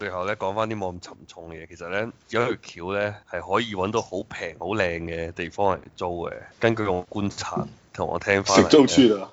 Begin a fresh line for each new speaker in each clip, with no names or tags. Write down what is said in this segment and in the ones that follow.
最後咧講翻啲冇咁沉重嘅嘢，其實咧有條橋咧係可以揾到好平好靚嘅地方嚟租嘅。根據我觀察同我聽翻，
城中村啊，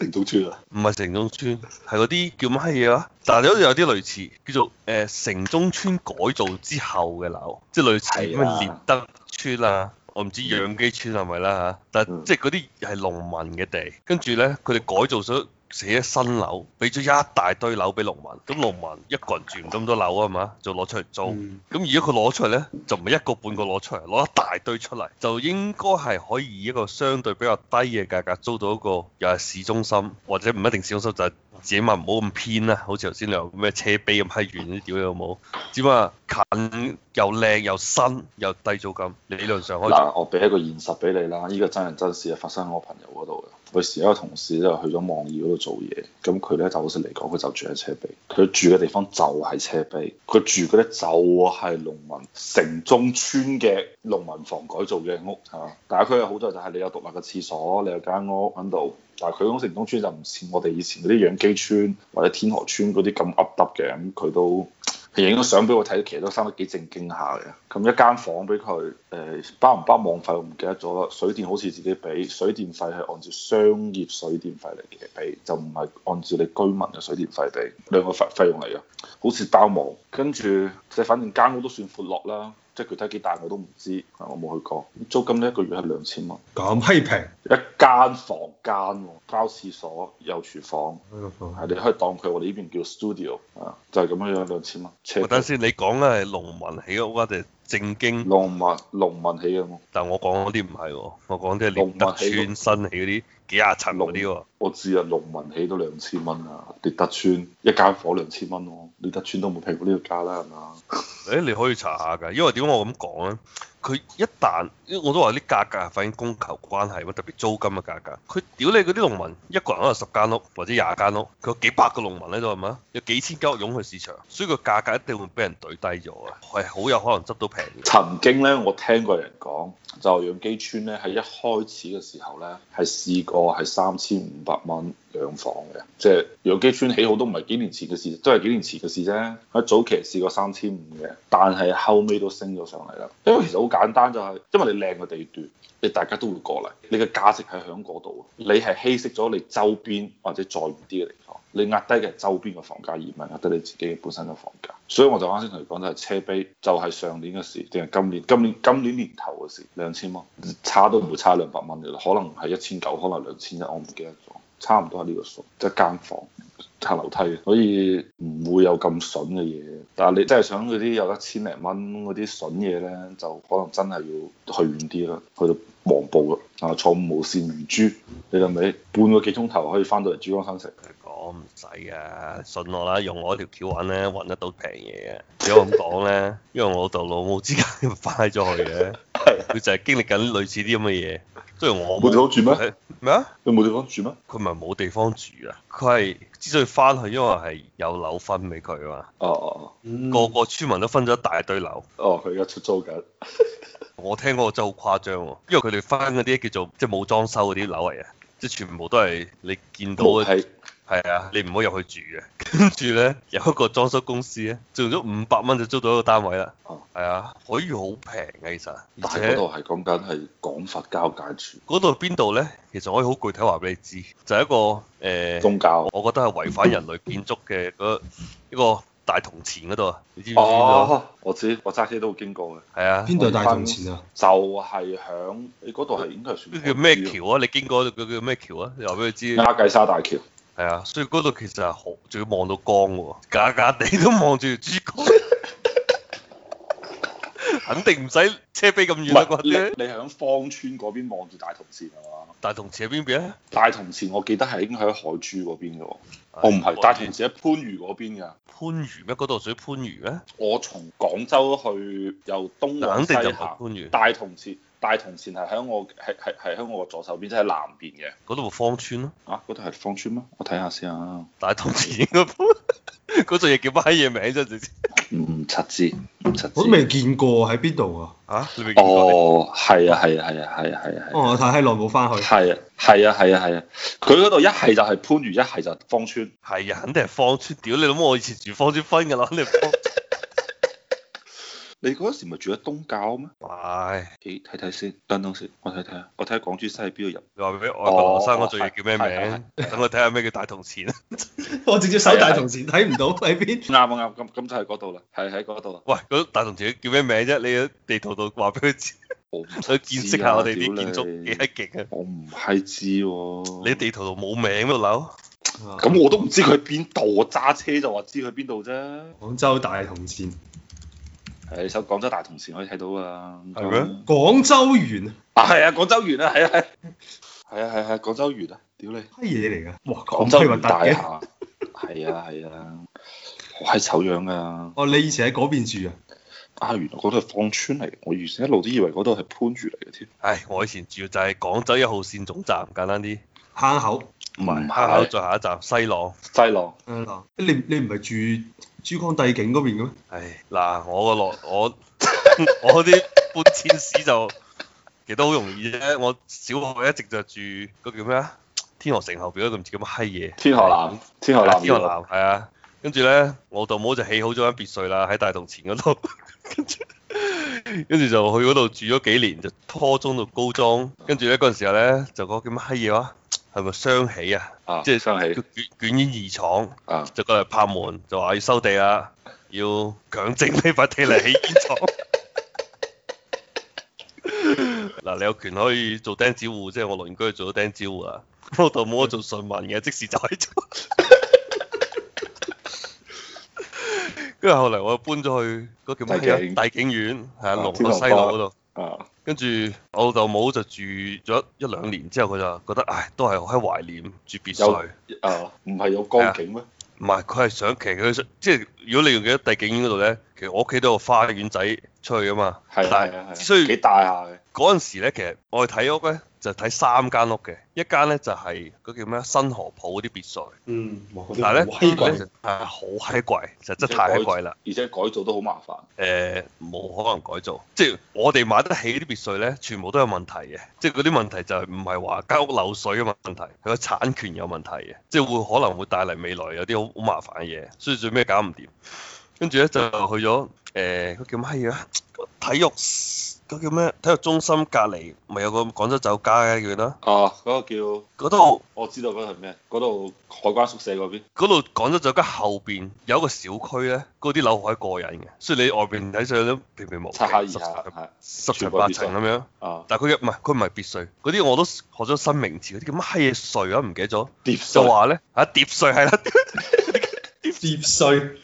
城中村啊，
唔係城中村，係嗰啲叫乜嘢啊？但係好似有啲類似，叫做誒、呃城中村改造之後嘅樓，即係類似咩
係啊
獵德村啊。我唔知養基村係咪啦嚇，但係
嗯
即係嗰啲係農民嘅地，跟住咧佢哋改造咗寫新樓，俾咗一大堆樓俾農民，咁農民一個人住唔到咁多樓啊嘛，就攞出嚟租。
嗯
咁而家佢攞出嚟咧，就唔係一個半個攞出嚟，攞一大堆出嚟，就應該係可以以一個相對比較低嘅價格租到一個又係市中心，或者唔一定市中心，就係自己咪唔好咁偏啦。好似頭先你話咩車陂咁閪遠啲屌有冇？只不過近又靚又新又低租金，理論上可以做。
嗱，我俾一個現實俾你啦，呢、個真人真事係啊發生喺我朋友嗰度嘅。佢時有一個同事咧去咗網易嗰度做嘢，咁佢咧就好似嚟講，佢就住喺車陂，佢住嘅地方就係車陂，佢住嘅咧就係農民城中村嘅農民房改造嘅屋嚇。但係佢嘅好在就係你有獨立嘅廁所，你有間屋喺度。但係佢嗰種城中村就唔似我哋以前嗰啲養基村或者天河村嗰啲咁噏耷嘅，咁佢都。佢影咗相俾我睇，其實都生得幾正經下嘅。咁一間房俾佢，誒、包唔包網費我唔記得咗啦。水電好似自己俾，水電費係按照商業水電費嚟嘅俾，就唔係按照你居民嘅水電費俾，兩個費費用嚟嘅，好似包網。跟住即係反正間屋都算闊落啦，即係具體幾大我都唔知，啊我冇去過。租金呢一個月係兩千蚊，
咁批評，
一間房間喎，包廁所有廚房，係你可以當佢我哋呢邊叫 studio 啊，就係咁樣樣兩千蚊。車
等陣先，你講咧係農民起屋啊定係正經？
農民農民起嘅屋，
但我講嗰啲唔係喎，我講啲係獵德村
農
新
民
起嗰啲幾廿層嗰啲喎。
我知啊，農民起都兩千蚊啊，獵德村一間房兩千蚊喎，獵德村都冇平過呢個價啦，係嘛？
誒、你可以查下㗎，因為點解我咁講咧？佢一旦，因為我都話啲價格係反映供求關係嘛，特別租金嘅價格。佢屌你嗰啲農民，一個人可能十間屋或者廿間屋，佢有幾百個農民喺度係嘛？有幾千間屋湧去市場，所以個價格一定會俾人懟低咗嘅，係好有可能執到平嘅。
曾經咧，我聽過人講，就養基村咧喺一開始嘅時候咧，係試過係三千五百蚊兩房嘅，即係養基村起好都唔係幾年前嘅事，都係幾年前嘅事啫。喺早期試過三千五嘅，但係後尾都升咗上嚟啦。因為其實好簡單，就係因為你靚嘅地段，你大家都會過嚟，你嘅價值係喺嗰度，你係稀釋咗你周邊或者再遠啲嘅地方。你壓低嘅係周邊嘅房價，而唔係壓低你自己本身嘅房價。所以我就啱先同你講，就係車陂，就係上年嘅事，定係今年？今年今年年頭嘅事，兩千蚊，差都唔會差兩百蚊嘅啦，可能係一千九，可能兩千一，我唔記得咗，差唔多係呢個數，即係間房。行樓梯嘅，所以唔會有咁筍嘅嘢。但係你真係想嗰啲有一千零蚊嗰啲筍嘢咧，就可能真係要去遠啲啦，去到黃埔啦，啊坐無線如珠，你諗咪半個幾鐘頭可以翻到嚟珠江新城？
講唔使嘅，信我啦，用我條橋揾咧，揾得到平嘢嘅。如果我咁講咧，因為我老豆老母之間翻咗去嘅，佢就係經歷緊類似啲咁嘅嘢。雖然我
冇地方住咩？
咩啊？
你冇地方住咩？
佢咪冇地方住啊！佢係之所以翻去，因為係有樓分俾佢啊
哦哦
嘛，
嗯
個個村民都分咗一大堆樓。
哦，哦，佢而家出租緊。
我聽嗰個真係好誇張喎，因為佢哋翻嗰啲叫做即係冇裝修嗰啲樓嚟嘅，啊即係全部都係你見到
冇
嘅，
係
係啊，你唔好入去住嘅。 跟住咧有一個裝修公司咧，做咗五百蚊就租到一個單位啦。
哦
係啊，可以好平嘅其實，
但
而
係嗰
且
度係講緊係廣佛交界處，
嗰度邊度咧，其實可以好具體話俾你知，就係、一個誒。呃
宗教。
我覺得係違反人類建築嘅嗰一個大銅錢嗰度啊，你知唔知道？
哦，我知，我揸車都會經過嘅，
係啊，
邊度大銅錢啊？
就係響你嗰度係應該係
嗰
算
個叫咩橋啊？你經過嗰個叫咩橋啊？你話俾佢知，
亞計沙大橋。
係啊，所以嗰度其實係好，仲要望到江嘅喎，假假地都望住珠 江，肯定唔使車飛咁
唔
遠啦
係
啩
你
啲。
你響芳村嗰邊望住大同線係嘛？
大銅錢喺邊邊啊？
大同線我記得係已經喺海珠嗰邊嘅喎，哦唔係，大同線喺番禺嗰邊㗎。
哎番禺咩？嗰度屬於番禺咩？
我從廣州去由東
嗱
往
肯
西
定就唔
行
係，番禺，
大同線大同線係喺我係係係喺我左手邊，即係南邊嘅。
嗰度咪芳村咯。
啊，嗰度係芳村咩？我睇下先啊。
大銅錢應該嗰座嘢叫乜嘢名啫？直接
唔七支，唔七支。
我都未見過喺邊度啊！
嚇，你未見過？
哦，係啊，係啊，係啊，係啊，係啊，係啊
哦，我太閪耐冇 翻去。
係啊，係啊，係啊，係啊。佢嗰度一係就係番禺，一係就係芳村。
係啊，肯定係芳村。屌你老母，我以前住芳村分㗎啦，肯定係芳。
你嗰時咪住喺東滘咩？
唉，
咦，睇睇先，等等先，我睇睇下，我睇下港珠西係邊度入。
你話俾外國留生
哦
嗰做嘢叫咩
係係
名？等我睇下咩叫大銅錢。
我直接手大同時啊睇唔到 喺邊。
啱啊啱，咁咁就喺嗰度啦，係喺嗰度啦。
喂，嗰大銅錢叫咩名啫？你喺地圖度話俾佢 知，
我唔
想見識下我哋啲
知
建
啊
築幾
屌你嗯
閪勁啊！
我唔係知喎。
你地圖度冇名嗰度樓，
咁
咁我都唔知佢喺邊度，我揸車就話知佢邊度啫。
廣州大同線，
係你首廣州大同線可以睇到啊。
係咩
廣州園
啊，係啊，廣州園啊，係啊，係啊係啊，係啊，廣州園啊，屌你！
乜嘢嚟㗎？哇，
廣
廣
州
州
園
園
大啊
大嘅。
廈，係啊係啊，好閪醜樣噶。
哦，你以前喺嗰邊住啊？
啊，原來嗰度係芳村嚟，我原先一路都以為嗰度係番禺嚟嘅添。
唉，我以前住就係廣州一號線總站，簡單啲，
坑口。
唔係，
坑口再下一站西朗。
西朗。
嗯嗱，你你唔係住珠江帝景嗰邊嘅咩？
唉，嗱，我個落我 我啲搬遷史就其實都好容易啫。我小學一直就住嗰叫咩啊？天河城後邊嗰度唔知叫乜閪嘢。
天河南，天河南，
天河南係啊。跟住咧，我度母就起好咗間別墅啦，喺大同前嗰度。 跟住跟住就去嗰度住咗幾年，就初中到高中。跟住咧嗰陣時候咧，就嗰個叫乜閪嘢話？係咪雙喜啊？
啊，
即係
即係雙
叫
喜
卷卷煙二廠。
啊，
就過嚟拍門，就話要哎收地啦，要強征呢塊地嚟起煙廠。 嗱，你有權可以做釘子戶，即係我鄰居做咗釘子戶啦。我度冇得做順民嘅，即時就喺做。跟住後嚟我又搬咗去嗰叫咩
帝景
嘢？啊大景苑，係啊，
啊
龍
天
角
龍
西路
八
嗰度。
啊，
跟住我老豆母就住咗一兩年之後，佢就覺得唉，都係好閪懷念住別
有
墅。
啊，唔係有江景咩？
唔係，佢係想其實佢想即係如果你用記得帝景園嗰度咧，其實我屋企都有個花園仔出去噶嘛。
係啊
但
係啊，
只需
係啊
要
幾大下嘅。
嗰陣時咧，其實我哋睇屋咧就睇三間屋嘅，一間咧就係嗰叫咩新河浦嗰啲別墅，
嗯，哇嗰啲
但係咧
好閪貴
呢就係好閪貴，就真係太閪貴啦。
而且改造都好麻煩。
誒呃冇可能改造，即係我哋買得起啲別墅咧，全部都有問題嘅，即係嗰啲問題就係唔係話間屋漏水嘅問題，佢個產權有問題嘅，即係會可能會帶嚟未來有啲好好麻煩嘅嘢，所以最尾搞唔掂。跟住咧就去咗誒嗰叫乜嘢啊？體育嗰叫咩？體育中心隔離咪有個廣州酒家嘅叫啦，
啊，嗰個叫
嗰度
我知道嗰度係咩？嗰度海關宿舍嗰邊。
嗰度廣州酒家後邊有一個小區咧，嗰啲樓好閪過癮嘅，所以你外邊睇上去都平平無奇
擦下而
十
下，
層
係
十層八層咁樣。
啊，
但係佢嘅唔係佢唔係別墅，嗰啲我都學咗新名詞，嗰啲叫乜閪嘢税啊？唔記得咗，
碟數
就話咧嚇疊税係啦，
疊稅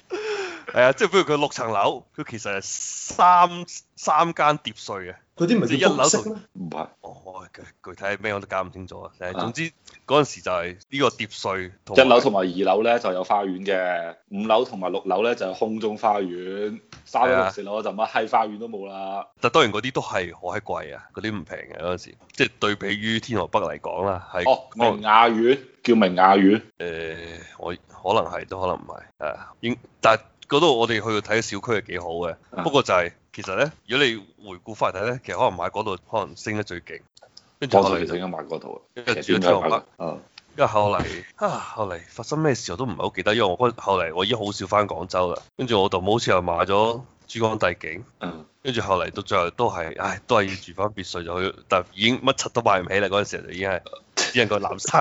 係啊，即係比如佢六層樓，佢其實係三三間疊税嘅。
嗰啲唔
即係
係
一
叫
樓
公式咩？
唔係
哦，我具具體係咩我都搞唔清楚啊。誒，
啊
總之嗰陣時就係呢個疊税同
一
埋
樓同埋二樓咧就有花園嘅，五樓同埋六樓咧就有空中花園，三
係
樓
啊
同四樓就乜閪花園都冇啦。
但當然嗰啲都係好閪貴啊，嗰啲唔平嘅嗰陣時，即係對比於天河北嚟講啦，係
哦，
可能
明雅苑叫明雅苑，
誒、呃我可能係都可能唔係，誒、應但係嗰度我哋去到睇嘅小區係幾好嘅，
啊
不過就係、其實咧，如果你回顧翻嚟睇咧，其實可能買嗰度可能升得最勁，跟住
當
後
時
嚟
其實
就
應該買嗰度
因
啊，
為
其
住咗
實
天
應
河
該買
北，
啊，
因為後嚟啊後嚟發生咩事我都唔係好記得，因為我嗰後嚟我已經好少翻廣州啦，跟住我度母好似又買咗珠江帝景。
嗯，
跟住後嚟到最後都係，唉，都係要住翻別墅就去，但係已經乜柒都買唔起啦。嗰陣時就已經係只能夠南沙，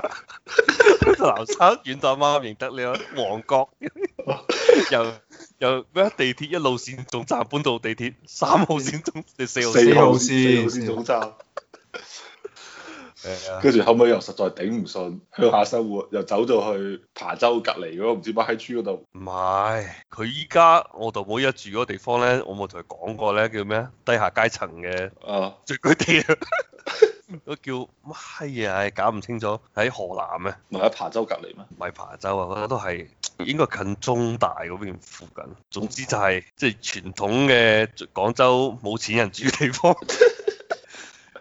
南沙遠到阿媽唔認得你啦，旺角由由咩啊地鐵一路線總站搬到地鐵三號線總定四號線，
四號線
嗯四號線總站，
係啊
跟住後尾又實在頂唔順，鄉下生活又走咗去琶洲隔離嗰個唔知乜閪村嗰度，
唔係佢依家我度母依家住嗰個地方咧，我冇同佢講過咧，叫咩啊低下階層嘅
啊，
聚居地啊，嗰叫乜閪嘢啊？唉搞唔清楚喺河南啊。
咪喺琶洲隔離咩？
唔係琶洲啊，我覺得都係應該近中大嗰邊附近。總之就係即係傳統嘅廣州冇錢人住嘅地方。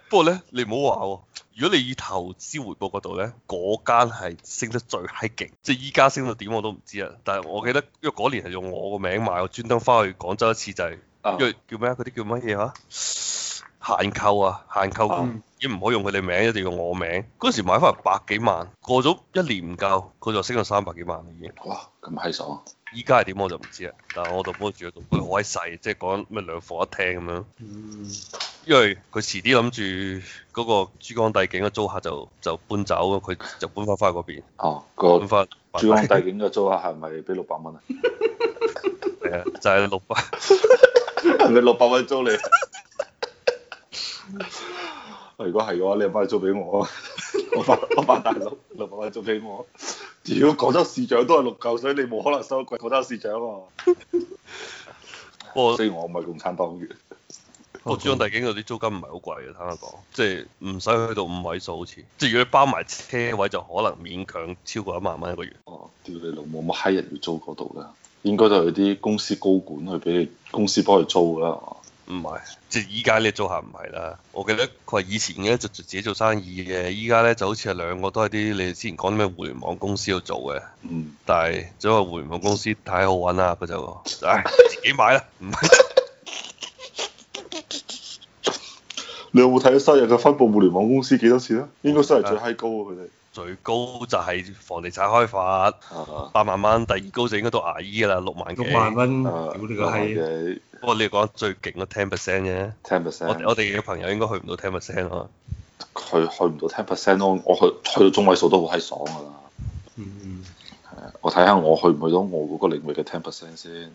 不過咧，你唔好話喎，如果你以投資回報嗰度咧，嗰間係升得最閪勁，即係依家升到點我都唔知啊。但係我記得，因為嗰年係用我個名買，我專登翻去廣州一次就係、
啊
因為叫咩啊？嗰啲叫乜嘢啊？限購啊，限購
啊
已經唔可以用佢哋名，一定要用我名。嗰時買翻嚟百幾萬，過咗一年唔夠，佢就升到三百幾萬啦已經。
哇，咁閪爽啊！
依家係點我就唔知啦。但係我度幫住度，佢好鬼細，即係講咩兩房一廳咁樣。
嗯，
因為佢遲啲諗住嗰個珠江帝景嘅租客就就搬走，佢就搬翻翻嗰邊，
哦，個
搬翻
珠江帝景嘅租客係咪俾六百蚊啊？
係啊，就係六百。
係咪六百蚊租你？啊 如果係嘅話，你把佢租俾我 啊！我發我發大佬六百蚊租俾我。屌，廣州市長都係六嚿水，你冇可能收貴廣州市長喎、
不過
雖然我唔係共產黨員，
個珠江帝景嗰啲租金唔係好貴嘅，坦白講，即係唔使去到五位數好似。即係如果你包埋車位，就可能勉強超過一萬蚊一個月。
哦，屌你老母，乜閪人要租嗰度啦？應該就係啲公司高管去俾你公司幫佢租㗎啦。係嘛
唔係，即係依家呢租客唔係啦。我記得佢係以前咧就自己做生意嘅，依家咧就好似係兩個都係啲你之前講啲咩互聯網公司度做嘅。
嗯，
但係只因為互聯網公司太好揾啦，佢就唉自己買啦， 唔係
你有冇睇收入嘅分佈？互聯網公司幾多錢啊？應該收入最閪高啊！佢哋
最高就係房地產開發
啊
八萬蚊，第二高就應該到牙醫啦，六萬幾。
六萬蚊，
啊
屌你個閪！
不過你講最勁嗰 ten percent 啫，
ten
我
percent
我哋嘅朋友應該去唔到 ten percent 咯。
佢去唔到 ten percent 咯，我去去到中位數都好閪爽噶啦。
嗯，
我睇下我去唔去到我嗰個領域嘅 ten percent 先。